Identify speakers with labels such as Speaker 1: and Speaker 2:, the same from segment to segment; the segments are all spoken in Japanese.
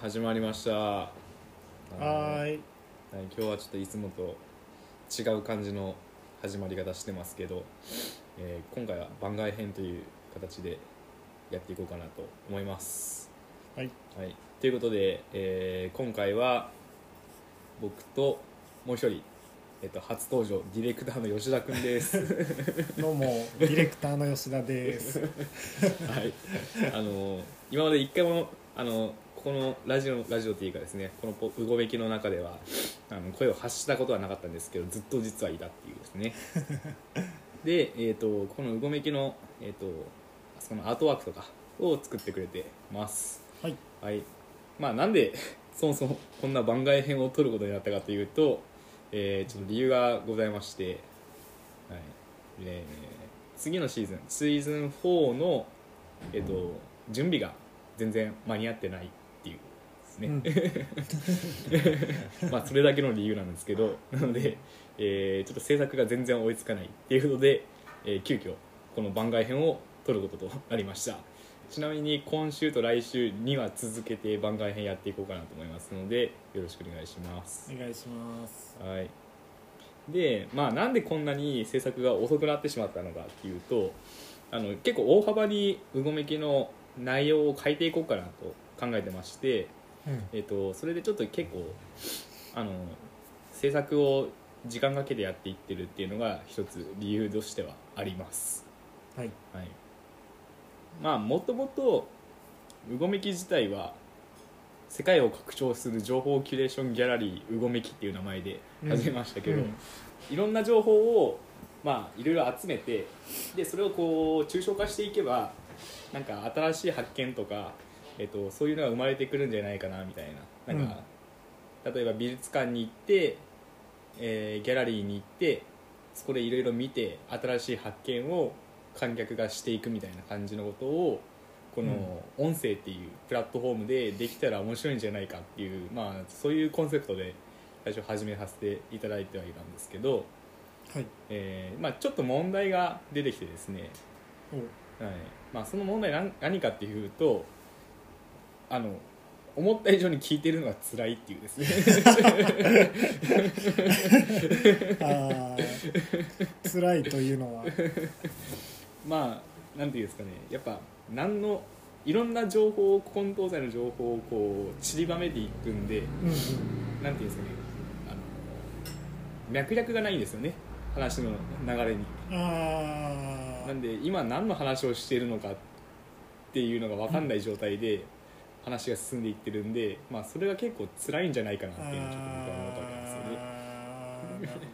Speaker 1: 始まりましたは
Speaker 2: はーい
Speaker 1: い今日はちょっといつもと違う感じの始まり方してますけど、えー今回は番外編という形でやっていこうかなと思います
Speaker 2: はい
Speaker 1: はいということで、えー今回は僕ともう一人、えっと初登場ディレクターの吉田君です
Speaker 2: どうもディレクターの 吉 田です
Speaker 1: はい あのー今まで一回もあのーここのラジオラジオというかですねこのポうごめきの中ではあの声を発したことはなかったんですけどずっと実はいたっていうですね で、えー、とこのうごめきの、えー、とそのアートワークとかを作ってくれてます
Speaker 2: はい
Speaker 1: はいまあなんで そもそもこんな番外編を撮ることになったかというと、えーちょっと理由がございまして、はいえー次のシーズンシーズン4の、えー、と準備が全然間に合ってないっていうですね、
Speaker 2: うん
Speaker 1: まあそれだけの理由なんですけどなので、えーちょっと制作が全然追いつかないっていうことで、えー急遽この番外編を撮ることとなりましたちなみに今週と来週には続けて番外編やっていこうかなと思いますのでよろしくお願いします
Speaker 2: お願いします
Speaker 1: はいでまあなんでこんなに制作が遅くなってしまったのかっていうとあの結構大幅にうごめきの内容を変えていこうかなと考えてまして
Speaker 2: うん
Speaker 1: えっとそれでちょっと結構あの制作を時間かけてやっていってるっていうのが一つ理由としてはあります、
Speaker 2: はい
Speaker 1: はい、まあもともとうごめき自体は世界を拡張する情報キュレーションギャラリーうごめきっていう名前で始めましたけど、
Speaker 2: うんうん
Speaker 1: いろんな情報をまあいろいろ集めてでそれをこう抽象化していけばなんか新しい発見とか、えっと、そういうのが生まれてくるんじゃないかなみたいななんか、例えば美術館に行って、えーギャラリーに行ってそこでいろいろ見て新しい発見を観客がしていくみたいな感じのことをこの音声っていうプラットフォームでできたら面白いんじゃないかっていう、まあ、そういうコンセプトで最初始めさせていただいてはいたんですけど、
Speaker 2: はい
Speaker 1: えーまあ、ちょっと問題が出てきてですね、
Speaker 2: お
Speaker 1: はいまあ、その問題何何かっていうとあの思った以上に聞いてるのが辛いっていうですね
Speaker 2: あー辛いという のは
Speaker 1: まあなんていうんですかねやっぱ何のいろんな情報を古今東西の情報をこう散りばめていくんで
Speaker 2: うんうん
Speaker 1: なんていうんですかねあの脈略がないんですよね話の流れに
Speaker 2: あ
Speaker 1: なん
Speaker 2: ー
Speaker 1: で今何の話をしているのかっていうのが分かんない状態で話が進んでいってるんで、まあ、それが結構辛いんじゃないかなっていうのをちょっと僕は思ったわけですよね。
Speaker 2: あーなるほど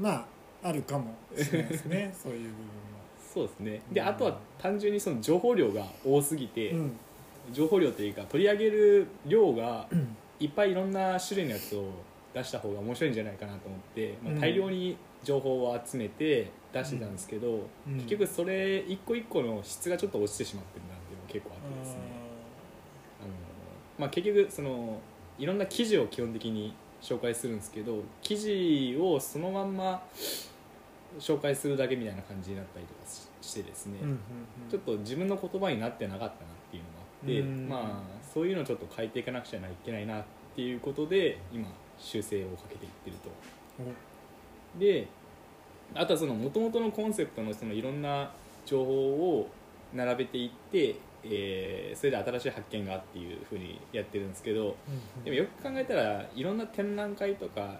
Speaker 2: まああるかもしれないですねそういう
Speaker 1: そうですねであとは単純にその情報量が多すぎて、
Speaker 2: 部分も
Speaker 1: 情報量というか取り上げる量が
Speaker 2: うんうん
Speaker 1: いっぱいいろんな種類のやつを出した方が面白いんじゃないかなと思って、まあ
Speaker 2: うん
Speaker 1: 大量に情報を集めて出してたんですけど、
Speaker 2: うん
Speaker 1: 結局それ一個一個の質がちょっと落ちてしまってるなっていうのが結構あってですね。あのまあ、結局そのいろんな記事を基本的に紹介するんですけど記事をそのまんま紹介するだけみたいな感じになったりとかししてですね、
Speaker 2: あーうんうんうん
Speaker 1: ちょっと自分の言葉になってなかったなっていうのがあって、
Speaker 2: うん
Speaker 1: まあ、そういうのをちょっと変えていかなくちゃいけないなっていうことで今修正をかけていってると。であとはその元々のコンセプトのそのいろんな情報を並べていって、えーそれで新しい発見がっていうふうにやってるんですけど
Speaker 2: うんうん
Speaker 1: でもよく考えたらいろんな展覧会とか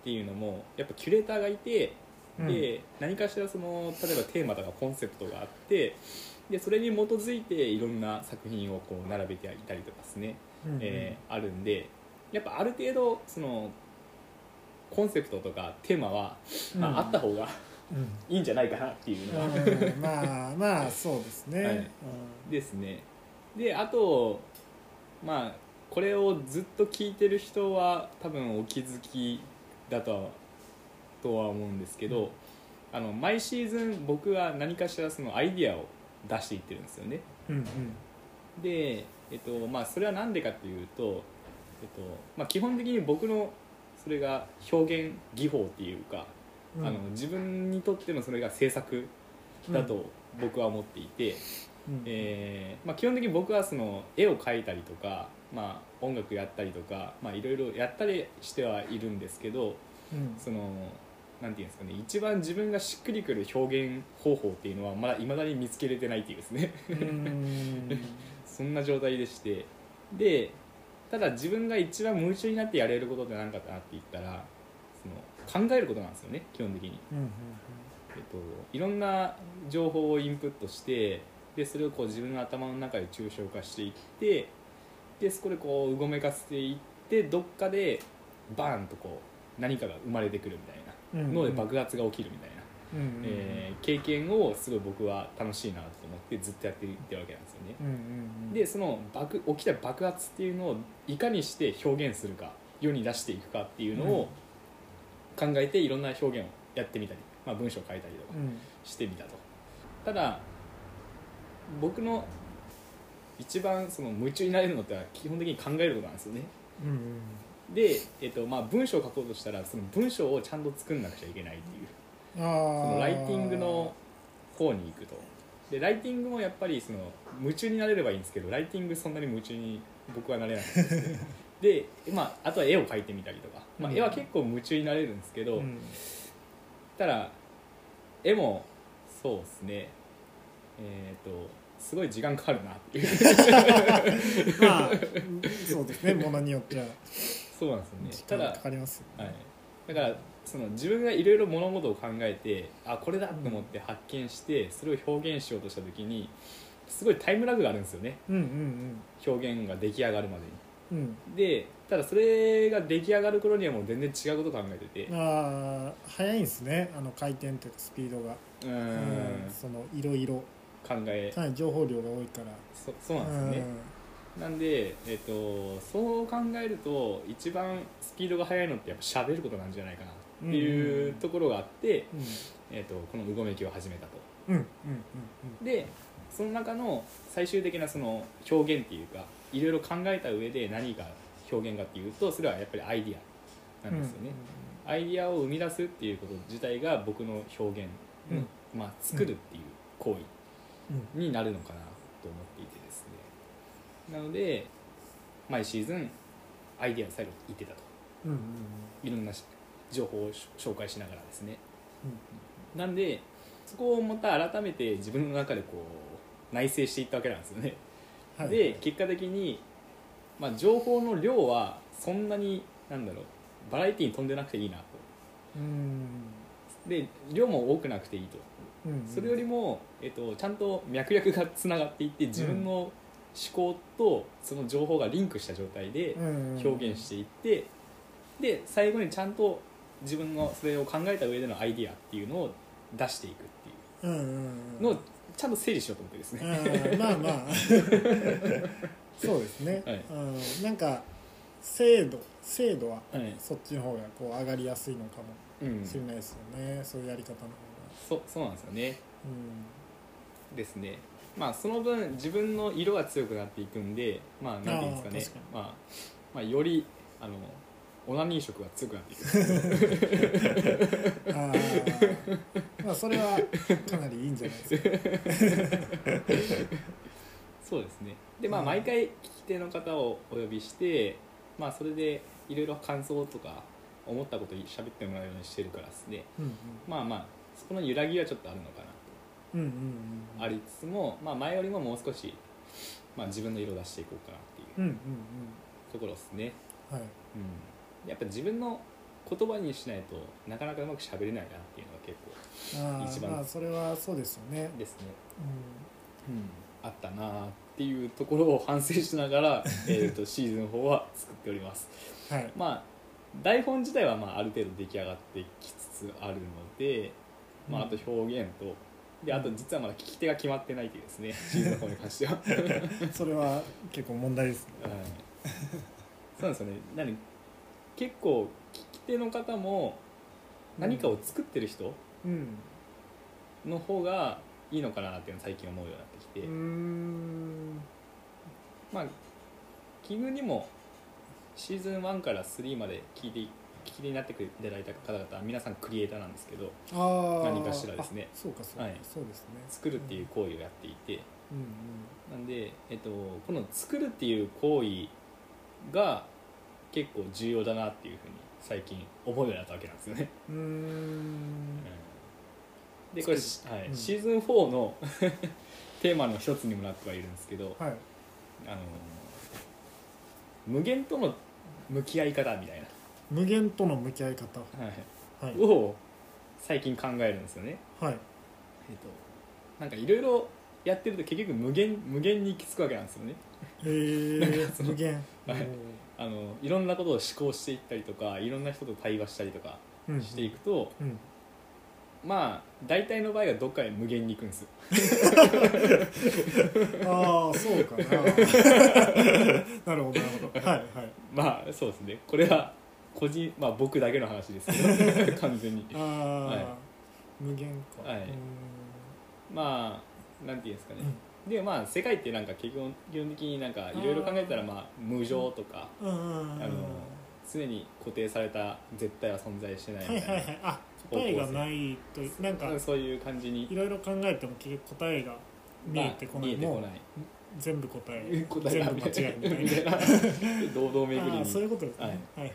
Speaker 1: っていうのもやっぱキュレーターがいて
Speaker 2: うん
Speaker 1: で何かしらその例えばテーマとかコンセプトがあってでそれに基づいていろんな作品をこう並べていたりとかですね
Speaker 2: うんうん
Speaker 1: えーあるんでやっぱある程度そのコンセプトとかテーマは、ま
Speaker 2: うん
Speaker 1: あ、あった方が
Speaker 2: うん
Speaker 1: いいんじゃないかなっていうのが、
Speaker 2: うんまあまあそうですね、
Speaker 1: はい
Speaker 2: うん
Speaker 1: ですねであとまあこれをずっと聞いてる人は多分お気づきだとはとは思うんですけど、あの毎シーズン僕は何かしらそのアイディアを出していってるんですよね
Speaker 2: うんうん
Speaker 1: で、えっとまあ、それは何でかというと、えっとまあ、基本的に僕のそれが表現技法っていうか、
Speaker 2: うん
Speaker 1: あの自分にとってのそれが制作だと僕は思っていて、
Speaker 2: うん
Speaker 1: えーまあ、基本的に僕はその絵を描いたりとか、まあ、音楽やったりとかまあいろいろやったりしてはいるんですけど
Speaker 2: うん
Speaker 1: そのなんていうんですかね一番自分がしっくりくる表現方法っていうのはまだいまだに見つけれてないっていうですね
Speaker 2: うん
Speaker 1: そんな状態でしてでただ自分が一番夢中になってやれることって何かなって言ったらその考えることなんですよね基本的に。
Speaker 2: うん
Speaker 1: えっと、いろんな情報をインプットしてでそれをこう自分の頭の中で抽象化していってでそこでこううごめかせていってどっかでバーンとこう何かが生まれてくるみたいな、
Speaker 2: うんうん
Speaker 1: 脳で爆発が起きるみたいな、
Speaker 2: うんうん
Speaker 1: えー経験をすごい僕は楽しいなと思ってずっとやってるってわけなんですよね。
Speaker 2: うんうん
Speaker 1: でその爆起きた爆発っていうのをいかにして表現するか世に出していくかっていうのを考えていろんな表現をやってみたり、まあ、文章を書いたりとか
Speaker 2: うん
Speaker 1: してみたとただ僕の一番その夢中になれるのってのは基本的に考えることなんですよね
Speaker 2: うんうん
Speaker 1: で、えっとまあ、文章を書こうとしたらその文章をちゃんと作んなくちゃいけないっていう
Speaker 2: あ
Speaker 1: そ
Speaker 2: ー
Speaker 1: のライティングの方に行くとでライティングもやっぱりその夢中になれればいいんですけどライティングそんなに夢中に僕はなれなくてです ねで、まあ、あとは絵を描いてみたりとか、まあ、絵は結構夢中になれるんですけど、
Speaker 2: うん
Speaker 1: たら絵もそうですねえっ、とすごい時間かかるなって いう
Speaker 2: まあそうですねものによっては
Speaker 1: そうなんです
Speaker 2: 時
Speaker 1: よねた
Speaker 2: 間
Speaker 1: だ、
Speaker 2: かかります
Speaker 1: は
Speaker 2: よ
Speaker 1: い、だからその自分がいろいろ物事を考えてあこれだと思って発見してそれを表現しようとした時にすごいタイムラグがあるんですよね
Speaker 2: うん
Speaker 1: 表現が出来上がるまで
Speaker 2: うんうん
Speaker 1: にでただそれが出来上がる頃にはもう全然違うこと考えてて
Speaker 2: うんああ早いんですねあの回転というかスピードが
Speaker 1: うー
Speaker 2: うんそのいろいろ
Speaker 1: 考え
Speaker 2: かなり情報量が多いから
Speaker 1: そそうなんですよね、なんで、えっとそう考えると一番スピードが速いのってやっぱ喋ることなんじゃないかなっていうところがあって、
Speaker 2: うん
Speaker 1: えっとこの「うごめき」を始めたと。
Speaker 2: うんうん
Speaker 1: でその中の最終的なその表現っていうかいろいろ考えた上で何が表現かっていうとそれはやっぱりアイディア
Speaker 2: うんうん
Speaker 1: なんですよね。アイディアを生み出すっていうこと自体が僕の表現の、
Speaker 2: うん
Speaker 1: まあ、作るっていう行為
Speaker 2: うん
Speaker 1: になるのかなと思っていてですねなので毎シーズンアイディアを最後に言ってたと
Speaker 2: うんうん
Speaker 1: いろんなし情報をし紹介しながらですねなんでそこをまた改めて自分の中でこう内省していったわけなんですよね、
Speaker 2: はい
Speaker 1: で結果的に、まあ、情報の量はそんなになんだろうバラエティに飛んでなくていいなと
Speaker 2: うん
Speaker 1: で量も多くなくていいと
Speaker 2: うん
Speaker 1: それよりも、えっと、ちゃんと脈略がつながっていって自分の思考とその情報がリンクした状態で表現してていって、で最後にちゃんと自分のそれを考えた上でのアイディアっていうのを出していくっていう
Speaker 2: うんうんうん
Speaker 1: のをちゃんと整理しようと思ってですね、
Speaker 2: うんまあまあそうですね、
Speaker 1: はい
Speaker 2: うんなんか精度精度は
Speaker 1: はい
Speaker 2: そっちの方がこう上がりやすいのか
Speaker 1: うん
Speaker 2: もしれないですよね、そういうやり方の方が
Speaker 1: そそうなんですよね
Speaker 2: うん
Speaker 1: ですねまあその分自分の色が強くなっていくんでまあなんていうんですかね
Speaker 2: あー確
Speaker 1: まあ、まあよりあのオナニー色が強くなっていく
Speaker 2: あーまあそれはかなりいいんじゃないですか
Speaker 1: そうですねでまあ
Speaker 2: うん
Speaker 1: 毎回聞き手の方をお呼びして、まあそれでいろいろ感想とか思ったことを喋ってもらうようにしてるからですね
Speaker 2: うん
Speaker 1: まあまあそこの揺らぎはちょっとあるのかな
Speaker 2: うんうんうん
Speaker 1: ありつつも、まあ、前よりももう少し、まあ、自分の色を出していこうかなっていう
Speaker 2: うんうんうん
Speaker 1: ところですね、
Speaker 2: はい
Speaker 1: うん、やっぱ自分の言葉にしないとなかなかうまく喋れないなっていうのが結
Speaker 2: あ
Speaker 1: 一
Speaker 2: ー
Speaker 1: 番
Speaker 2: まあそれはそうですよね
Speaker 1: 構、ですね
Speaker 2: う
Speaker 1: うん、あったなーっていうところを反省しながらえーとシーズン4は作っております
Speaker 2: ん、はい
Speaker 1: まあ台本自体はまあある程度出来上がってきつつあるので、まあ、あと表現と、であと実はまだ聞き手が決まってないというですねシーズンの方に関しては、はい、
Speaker 2: それは結構問題ですね
Speaker 1: そうなんですよねなので結構聞き手の方も 何かを作ってる人
Speaker 2: うん
Speaker 1: の方がいいのかなっていうのを最近思うようになってき
Speaker 2: う
Speaker 1: て、
Speaker 2: ーん
Speaker 1: まあ奇遇にもシーズン1から3まで聞いて聞き手になってくれていただいた方々は皆さんクリエイターなんですけど
Speaker 2: あー
Speaker 1: 何かしらですね
Speaker 2: あそうかそうか、
Speaker 1: はい
Speaker 2: そうですね
Speaker 1: 作るっていう行為をやっていて、
Speaker 2: う
Speaker 1: なんで、えっと、この作るっていう行為が結構重要だなっていうふうに最近思うようになったわけなんですよね。
Speaker 2: うんうんうん
Speaker 1: でこれ、
Speaker 2: 作る
Speaker 1: はい
Speaker 2: うん
Speaker 1: シーズン4の テーマの一つにもなってはいるんですけど
Speaker 2: はい
Speaker 1: あの無限との向き合い方みたい
Speaker 2: 無限との向き合い方
Speaker 1: な、はい
Speaker 2: はい
Speaker 1: を最近考えるんですよね。
Speaker 2: はい
Speaker 1: えっと、なんかいろいろやってると結局無限無限に行き着くわけなんですよね。
Speaker 2: えー、無限
Speaker 1: はいあのいろんなことを思考していったりとかいろんな人と対話したりとか
Speaker 2: うん
Speaker 1: していくと、
Speaker 2: うん
Speaker 1: まあ大体の場合はどっかへ無限に行くんですよ
Speaker 2: ああそ うかな なるほどなるほどはいはい
Speaker 1: まあそうですねこれは個人まあ僕だけの話ですけ ど完全に
Speaker 2: ああ、
Speaker 1: は
Speaker 2: 無限か
Speaker 1: はいう
Speaker 2: ーん
Speaker 1: まあなんていうんですかね、でまあ世界ってなんか基本基本的になんかいろいろ考えたらまあ無常とか
Speaker 2: うんうんうん
Speaker 1: あの常に固定された絶対は存在してない
Speaker 2: はい
Speaker 1: み
Speaker 2: は
Speaker 1: たい
Speaker 2: いは
Speaker 1: ない
Speaker 2: あ答えがないというなんか
Speaker 1: うんそういう感じに
Speaker 2: いろいろ考えても結局答えが見えてこない、
Speaker 1: まあ
Speaker 2: もう
Speaker 1: 見
Speaker 2: 全部答
Speaker 1: え
Speaker 2: え
Speaker 1: てこない
Speaker 2: 全部間違えみた い
Speaker 1: みたいな堂々巡
Speaker 2: な
Speaker 1: り
Speaker 2: ああ
Speaker 1: に
Speaker 2: そういうことですね、
Speaker 1: は
Speaker 2: はいい、はい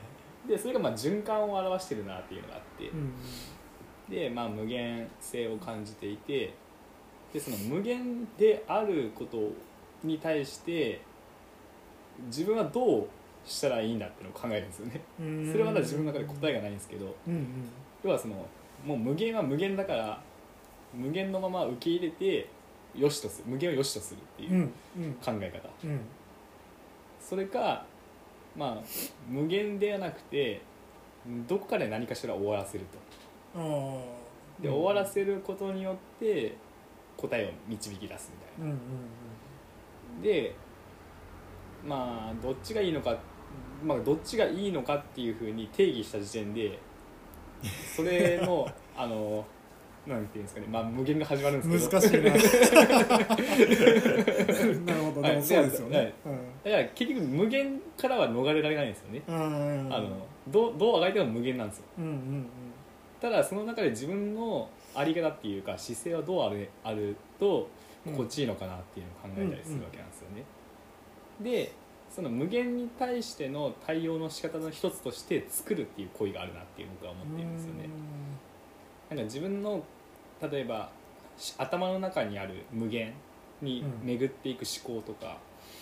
Speaker 1: でそれがまあ循環を表してるなっていうのがあって、
Speaker 2: うん
Speaker 1: で、まあ、無限性を感じていてでその無限であることに対して自分はどうしたらいいんだっていうのを考えるんですよね
Speaker 2: うーん
Speaker 1: それはまだ自分の中で答えがないんですけど
Speaker 2: うんうん
Speaker 1: 要はそのもう無限は無限だから無限のまま受け入れてよしとする無限をよしとするって
Speaker 2: う
Speaker 1: いうん
Speaker 2: うん
Speaker 1: 考え方
Speaker 2: うん
Speaker 1: それかまあ無限ではなくてどこかで何かしら終わらせると
Speaker 2: ああ
Speaker 1: で終わらせることによって答えを導き出すみた
Speaker 2: う
Speaker 1: い
Speaker 2: んうん
Speaker 1: なでまあどっちがいいのかまあどっちがいいのかっていうふうに定義した時点でそれ のあのなんていうんですかねまあ無限が始まるん
Speaker 2: うん
Speaker 1: で
Speaker 2: 難し
Speaker 1: す
Speaker 2: い
Speaker 1: けど
Speaker 2: ななるほどで
Speaker 1: はい
Speaker 2: もそうですよね、
Speaker 1: はいだから結局無限からは逃れられないんですよね
Speaker 2: うんああ
Speaker 1: あのどうどうあがいても無限なんですよ
Speaker 2: うんうんうん
Speaker 1: ただその中で自分のあり方っていうか姿勢はどうあるあると
Speaker 2: うん
Speaker 1: 心地いいのかなっていうのを考えたりするわけなんですよね。でその無限に対しての対応の仕方の一つとして作るっていう行為があるなっていう僕は思っているんですよね。なんか自分の例えばし頭の中にある無限に巡っていく思考とか、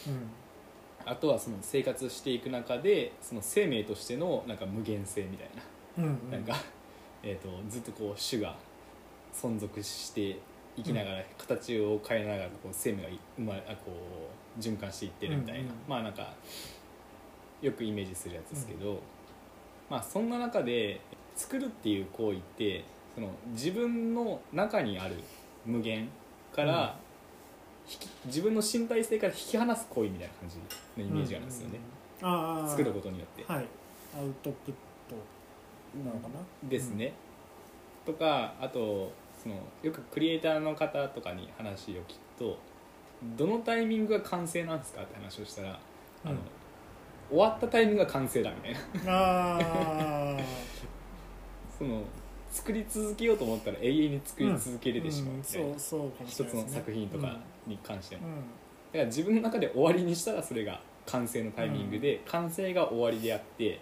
Speaker 2: うーんうん
Speaker 1: あとはその生活していく中でその生命としてのなんか無限性みたいな
Speaker 2: うんうん
Speaker 1: なんか、えー、とずっとこう種が存続していきながら、形を変えながらこう生命がいうまあこう循環していってるみたいな、
Speaker 2: うんうん
Speaker 1: まあなんかよくイメージするやつですけど、まあそんな中で作るっていう行為ってその自分の中にある無限から、引き自分の身体性から引き離す行為みたいな感じのイメージがあるんですよね、
Speaker 2: うんうんうん、ああ
Speaker 1: 作ることによって。
Speaker 2: はいアウトプットなのかな
Speaker 1: ですね、とかあとそのよくクリエイターの方とかに話を聞くとどのタイミングが完成なんですかって話をしたら、あ
Speaker 2: う
Speaker 1: の
Speaker 2: ん
Speaker 1: 終わったタイミングが完成だみたいな
Speaker 2: ああ
Speaker 1: その作り続けようと思ったら永遠に作り続けれてしまうみたいな、
Speaker 2: んそうそうかもし
Speaker 1: 一
Speaker 2: れな
Speaker 1: つ
Speaker 2: いですね
Speaker 1: の作品とかに関しても、
Speaker 2: うん
Speaker 1: だから自分の中で終わりにしたらそれが完成のタイミングで、完成が終わりであって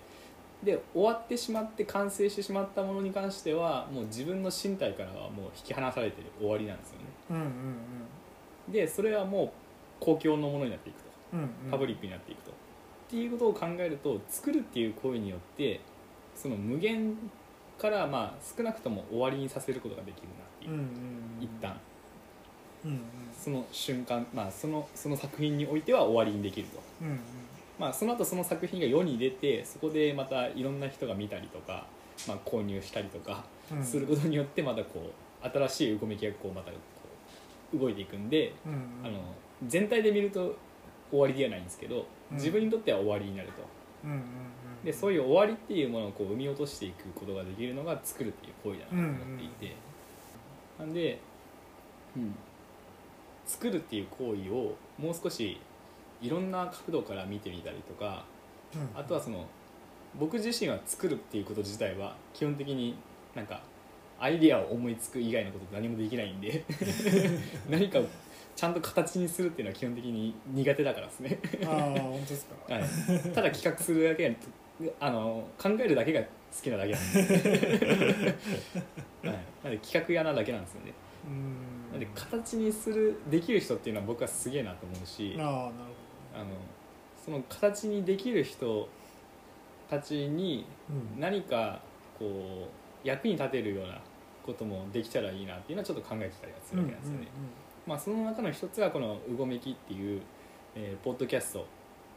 Speaker 1: で終わってしまって完成してしまったものに関してはもう自分の身体からはもう引き離されてる終わりなんですよね
Speaker 2: うんうん
Speaker 1: でそれはもう公共のものになっていくと
Speaker 2: うんうんうん
Speaker 1: パブリックになっていくと、っていうことを考えると作るっていう行為によってその無限からまあ少なくとも終わりにさせることができるなっていうう、
Speaker 2: んうんうん
Speaker 1: 一旦
Speaker 2: うんうん
Speaker 1: その瞬間、まあ、そのその作品においては終わりにできると、
Speaker 2: うんうん
Speaker 1: まあ、その後その作品が世に出てそこでまたいろんな人が見たりとか、まあ、購入したりとか
Speaker 2: うん
Speaker 1: することによってまたこう新しいうごめきがこうまたこう動いていくんで、
Speaker 2: うんうん
Speaker 1: あの全体で見ると終わりではないんですけど
Speaker 2: うん
Speaker 1: 自分にとっては終わりになると
Speaker 2: うんうんうん
Speaker 1: でそういう終わりっていうものをこう生み落としていくことができるのが作るっていう行為だなと思っていて、なんで、うん、作るっていう行為をもう少しいろんな角度から見てみたりとか
Speaker 2: うん
Speaker 1: あとはその僕自身は作るっていうこと自体は基本的に なんかアイディアを思いつく以外のこと何もできないんで何かちゃんと形にするっていうのは基本的に苦手だからですね、
Speaker 2: ああ本当ですか
Speaker 1: はい、ただ企画するだけあの考えるだけが好きなだけなんで、はい、なんで企画屋なだけなんですよね
Speaker 2: うーん
Speaker 1: なんで形にするできる人っていうのは僕はすげえなと思うし
Speaker 2: ああなるほ
Speaker 1: あのその形にできる人たちに
Speaker 2: ど、うん、
Speaker 1: 何かこう役に立てるようなこともできたらいいなっていうのはちょっと考えてたりはするわけなんですよね。まあ、その中の一つがこの「うごめき」っていう、えーポッドキャスト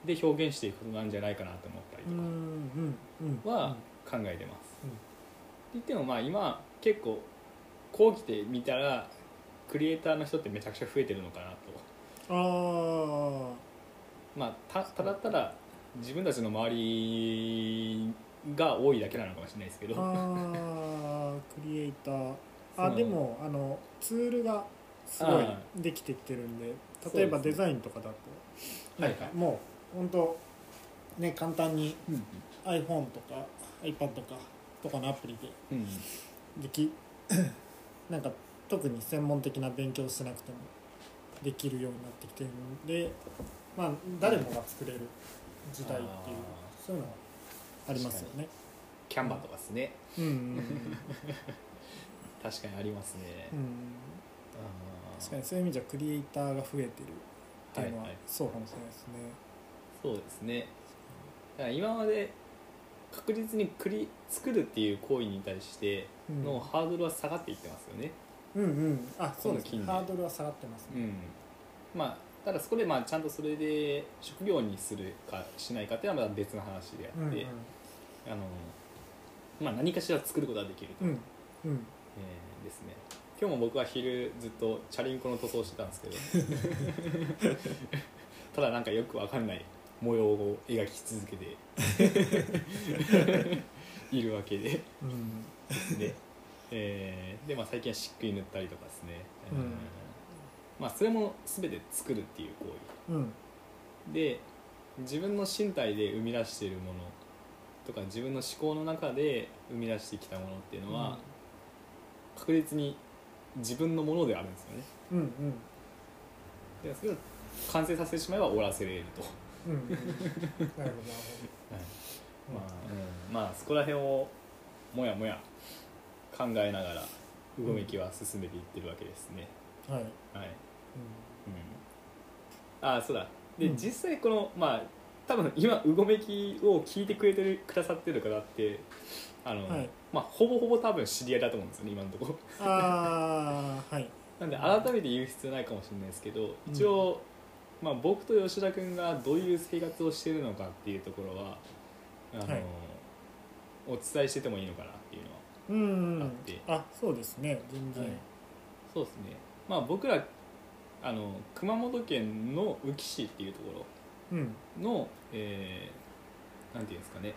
Speaker 1: で表現していくことなんじゃないかなと思ったり
Speaker 2: うんうん
Speaker 1: と
Speaker 2: うんうんうん
Speaker 1: かは考えてます。
Speaker 2: う
Speaker 1: っ
Speaker 2: ん
Speaker 1: て言ってもまあ今結構こう来てみたらクリエイターの人ってめちゃくちゃ増えてるのかなと。
Speaker 2: あ
Speaker 1: まあ、たただただ自分たちの周りが多いだけなのかもしれないですけど
Speaker 2: ーあークリエイター
Speaker 1: そ
Speaker 2: あ
Speaker 1: う
Speaker 2: でもあのツールがすごい
Speaker 1: あ
Speaker 2: できてきてるんで
Speaker 1: そうですね
Speaker 2: 例えばデザインとかだと
Speaker 1: はいはい
Speaker 2: もう本当ね簡単に
Speaker 1: うん、
Speaker 2: iPhone とか iPad とかとかのアプリで
Speaker 1: うん、
Speaker 2: でき なんか特に専門的な勉強をしなくてもできるようになってきてるんでまあ誰もが作れる時代っていう
Speaker 1: あ
Speaker 2: そういうのはありますよね。
Speaker 1: キャンバとかですね
Speaker 2: うんうん
Speaker 1: 確かにありますね、
Speaker 2: うん、うん
Speaker 1: あー
Speaker 2: 確かにそういう意味じゃクリエイターが増えてるっていうのは
Speaker 1: はいはい
Speaker 2: そうかもしれないですね。
Speaker 1: そうですねだから今まで確実にクリ作るっていう行為に対して
Speaker 2: うん
Speaker 1: のハードルは下がっていってますよね、
Speaker 2: うんうんあそうです
Speaker 1: この近
Speaker 2: ね
Speaker 1: 年
Speaker 2: ハードルは下がってます
Speaker 1: う
Speaker 2: ね。
Speaker 1: んまあ、ただそこでまあちゃんとそれで職業にするかしないかっていうのはまた別の話であ
Speaker 2: うんう
Speaker 1: っ
Speaker 2: ん
Speaker 1: て、あのまあ、何かしら作ることができると、
Speaker 2: うんうん
Speaker 1: えーですね今日も僕は昼ずっとチャリンコの塗装してたんです けどただなんかよくわかんない模様を描き続け ているわけで
Speaker 2: うん
Speaker 1: で,、えーでまあ、最近は漆喰塗ったりとかですね、えー
Speaker 2: うん
Speaker 1: まあ、それも全て作るっていう行
Speaker 2: うん
Speaker 1: 為で自分の身体で生み出しているものとか自分の思考の中で生み出してきたものっていうのは、確実に自分のものであるんですよね
Speaker 2: うんうん
Speaker 1: でそれを完成させてしまえば終わらせれると、
Speaker 2: うんうんなるほ どなるほど。
Speaker 1: まあうんまあそこら辺をもやもや考えながらうごめきは進めていってるわけですね、
Speaker 2: はい。
Speaker 1: はい、う
Speaker 2: う
Speaker 1: ん、ああそうだで、
Speaker 2: うん
Speaker 1: 実際このまあ多分今うごめきを聞いてくれてるくださってる方ってあの、
Speaker 2: はい
Speaker 1: まあほぼほぼ多分知り合いだと思うんですよね今のところ
Speaker 2: んああはい。
Speaker 1: なんで改めて言う必要ないかもしれないですけど一応、まあ、僕と吉田君がどういう生活をしてるのかっていうところはあの、
Speaker 2: はい
Speaker 1: お伝えしててもいいのかなっていうのは
Speaker 2: うんう
Speaker 1: あっ
Speaker 2: ん
Speaker 1: て
Speaker 2: あそうですね全然。
Speaker 1: そうですね、まあ、僕らあの熊本県の宇城市っていうとこ
Speaker 2: うん
Speaker 1: ろの、えーなんていうんですかね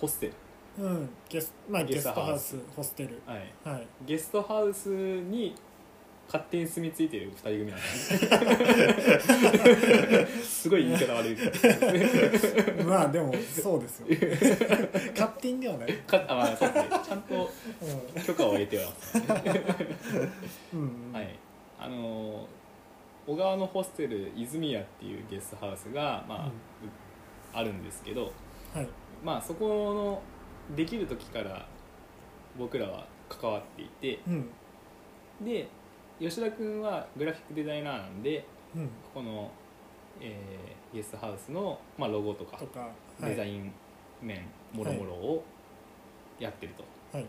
Speaker 1: ホステル、
Speaker 2: うんゲスまあ
Speaker 1: ゲ
Speaker 2: ゲ
Speaker 1: ス
Speaker 2: ス
Speaker 1: ト
Speaker 2: ト
Speaker 1: ハ
Speaker 2: ハ
Speaker 1: ウ
Speaker 2: ウ
Speaker 1: ス
Speaker 2: スホステル
Speaker 1: はい、
Speaker 2: はい。
Speaker 1: ゲストハウスに勝手に住み着いてる2人組なんです すごい言い方悪い です
Speaker 2: まあでもそうですよ。 勝手にではない。
Speaker 1: かあ、まあ、そうですねちゃんと許可を得ては、
Speaker 2: うんうんうん。
Speaker 1: はいあのー小川のホステル泉屋っていうゲストハウスが、まあ
Speaker 2: うん
Speaker 1: あるんですけど、
Speaker 2: はい。
Speaker 1: まあ、そこのできる時から僕らは関わっていて
Speaker 2: うん
Speaker 1: で吉田君はグラフィックデザイナーなんで
Speaker 2: うん
Speaker 1: ここの、えーゲストハウスの、まあ、ロゴとか
Speaker 2: とかは
Speaker 1: デ
Speaker 2: い
Speaker 1: ザイン面もろもろをやってると、
Speaker 2: はい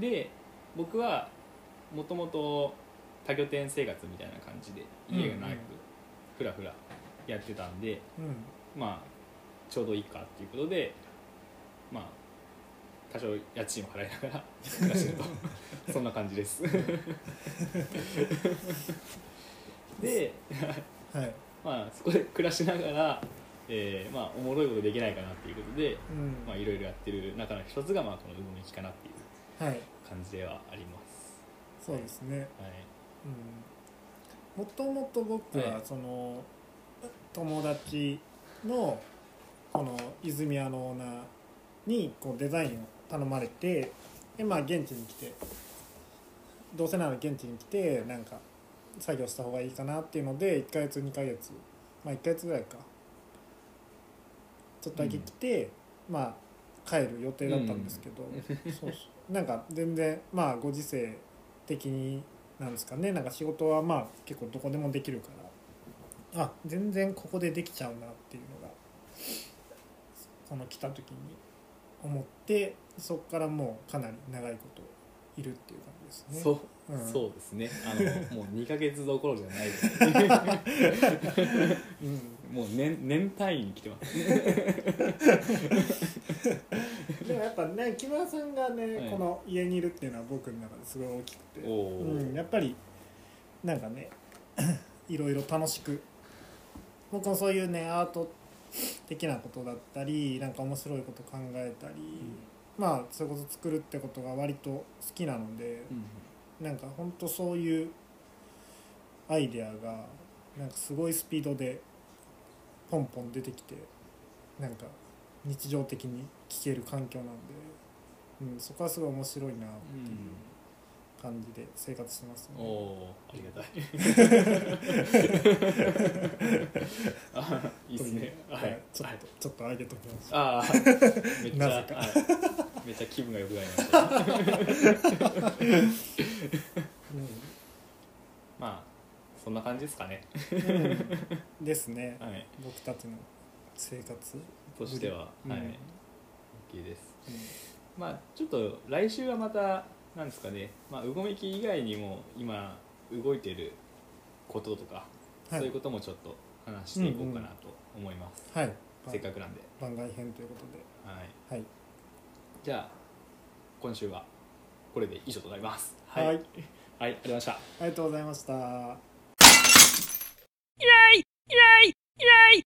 Speaker 1: で僕はもともと多拠点生活みたいな感じで家がな
Speaker 2: うん
Speaker 1: く
Speaker 2: うん
Speaker 1: ふらふらやってたんで、
Speaker 2: うん
Speaker 1: まあちょうどいいかっていうことでまあ多少家賃を払いながら暮らしてる とそんな感じですで
Speaker 2: はい
Speaker 1: まあそこで暮らしながら、えーまあおもろいことできないかなっていうことで
Speaker 2: うん
Speaker 1: まあいろいろやってる中の一つがまあこの動きかなっていう
Speaker 2: はい
Speaker 1: 感じではあります
Speaker 2: そうですね。
Speaker 1: はい
Speaker 2: うんもともと僕
Speaker 1: は
Speaker 2: はいその友達のこの泉屋のオーナーにこうデザインを頼まれてでまあ現地に来てどうせなら現地に来てなんか作業した方がいいかなっていうので1ヶ月2ヶ月まあ1ヶ月ぐらいかちょっとだけ来て、まあ帰る予定だったんですけど、そうそうなんか全然まあご時世的になんですかねなんか仕事はまあ結構どこでもできるからあ全然ここでできちゃうなっていうのがこの来た時に思ってそこからもうかなり長いこといるっていう感じですね。
Speaker 1: そう
Speaker 2: う,、ん、
Speaker 1: そうですねあ のもう2ヶ月どころじゃないです
Speaker 2: うん、
Speaker 1: もう年年単位に来てます
Speaker 2: でもやっぱね木村さんがね、
Speaker 1: はい
Speaker 2: この家にいるっていうのは僕の中ですごい大きくて、
Speaker 1: お
Speaker 2: うん、やっ
Speaker 1: ー
Speaker 2: ぱりなんかね いろいろ楽しく僕もそういうねアート的なことだったりなんか面白いこと考えたり、まあそれこそ作るってことが割と好きなので、
Speaker 1: うん
Speaker 2: なんかほんとそういうアイデアがなんかすごいスピードでポンポン出てきてなんか日常的に聴ける環境なんで、うん、そこはすごい面白いなっていう感じで生活してます
Speaker 1: お
Speaker 2: ね。
Speaker 1: おーあり がたいあいいですねは
Speaker 2: はいい、ちょっとちょっと上げときまし
Speaker 1: ああめっちゃ
Speaker 2: なぜか
Speaker 1: はいめっちゃ気分が良くなりました
Speaker 2: た、
Speaker 1: まあそんな感じですかね
Speaker 2: うんうんですね
Speaker 1: はい
Speaker 2: 僕たちの生活、
Speaker 1: としては
Speaker 2: うん
Speaker 1: はい OK ですまあちょっと来週はまたなんですかね、まあ、うごめき以外にも今動いてることとか、
Speaker 2: はい
Speaker 1: そういうこともちょっと話していこうかなと思います、
Speaker 2: はい
Speaker 1: せっかくなんで、
Speaker 2: 番外編ということで
Speaker 1: はい、
Speaker 2: はい
Speaker 1: じゃあ今週はこれで以上となります
Speaker 2: は
Speaker 1: はいい、ありがとうございました
Speaker 2: ありがとうございました。